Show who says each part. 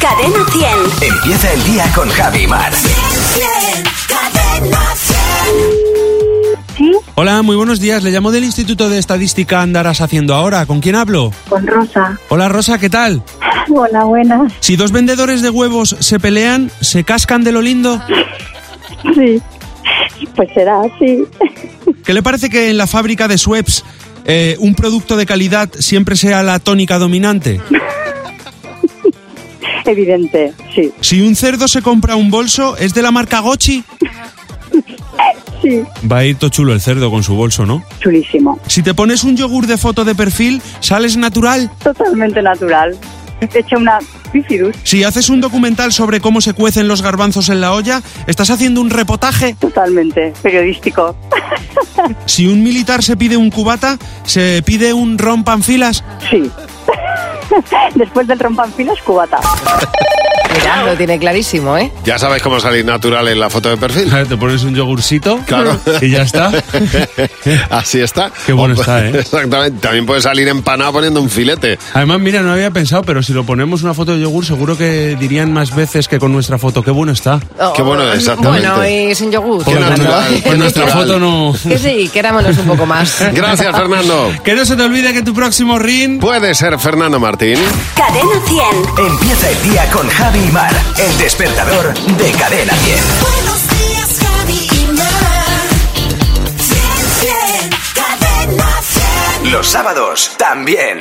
Speaker 1: Cadena 100.
Speaker 2: Empieza el día con Javi Mar.
Speaker 1: Cadena 100.
Speaker 3: Sí,
Speaker 4: Hola, muy buenos días. Le llamo del Instituto de Estadística Andarás Haciendo Ahora. ¿Con quién hablo?
Speaker 3: con Rosa.
Speaker 4: Hola Rosa, ¿qué tal?
Speaker 3: Hola, buenas.
Speaker 4: Si dos vendedores de huevos se pelean, ¿se cascan de lo lindo?
Speaker 3: Sí. Pues será así.
Speaker 4: ¿Qué le parece que en la fábrica de Schweppes eh, un producto de calidad siempre sea la tónica dominante?
Speaker 3: Evidente, sí.
Speaker 4: Si un cerdo se compra un bolso, ¿es de la marca Gochi?
Speaker 3: Sí.
Speaker 4: Va a ir todo chulo el cerdo con su bolso, ¿no?
Speaker 3: Chulísimo.
Speaker 4: Si te pones un yogur de foto de perfil, ¿sales natural?
Speaker 3: Totalmente natural. Te echa una bifidus.
Speaker 4: Si haces un documental sobre cómo se cuecen los garbanzos en la olla, ¿estás haciendo un repotaje?
Speaker 3: Totalmente periodístico.
Speaker 4: Si un militar se pide un cubata, se pide un rompanfilas.
Speaker 3: Sí. Después del rompanfilas, cubata.
Speaker 5: Mira, lo tiene clarísimo, ¿eh?
Speaker 6: Ya sabéis cómo salir natural en la foto de perfil.
Speaker 4: Te pones un yogurcito
Speaker 6: Claro.
Speaker 4: y ya está.
Speaker 6: Así está.
Speaker 4: Qué bueno
Speaker 6: O-
Speaker 4: está, ¿eh?
Speaker 6: Exactamente. También puede salir empanado poniendo un filete.
Speaker 4: Además, mira, no había pensado, pero si lo ponemos una foto de yogur, seguro que dirían más veces que con nuestra foto. Qué bueno está.
Speaker 6: Qué bueno,
Speaker 5: Oh,
Speaker 6: exactamente.
Speaker 5: Bueno, y sin yogur.
Speaker 6: Qué
Speaker 5: Fernando.
Speaker 6: natural, qué
Speaker 4: Con nuestra
Speaker 6: natural.
Speaker 4: foto no.
Speaker 5: Que sí, querámonos un poco más.
Speaker 6: Gracias, Fernando.
Speaker 4: Que no se te olvide que tu próximo ring.
Speaker 6: Puede ser Fernando Martín.
Speaker 1: Cadena 100.
Speaker 2: Empieza el día con Javi Mar. El despertador de Cadena 10.
Speaker 1: Buenos días, Javi y Mar. Cadena 100.
Speaker 2: Los sábados también.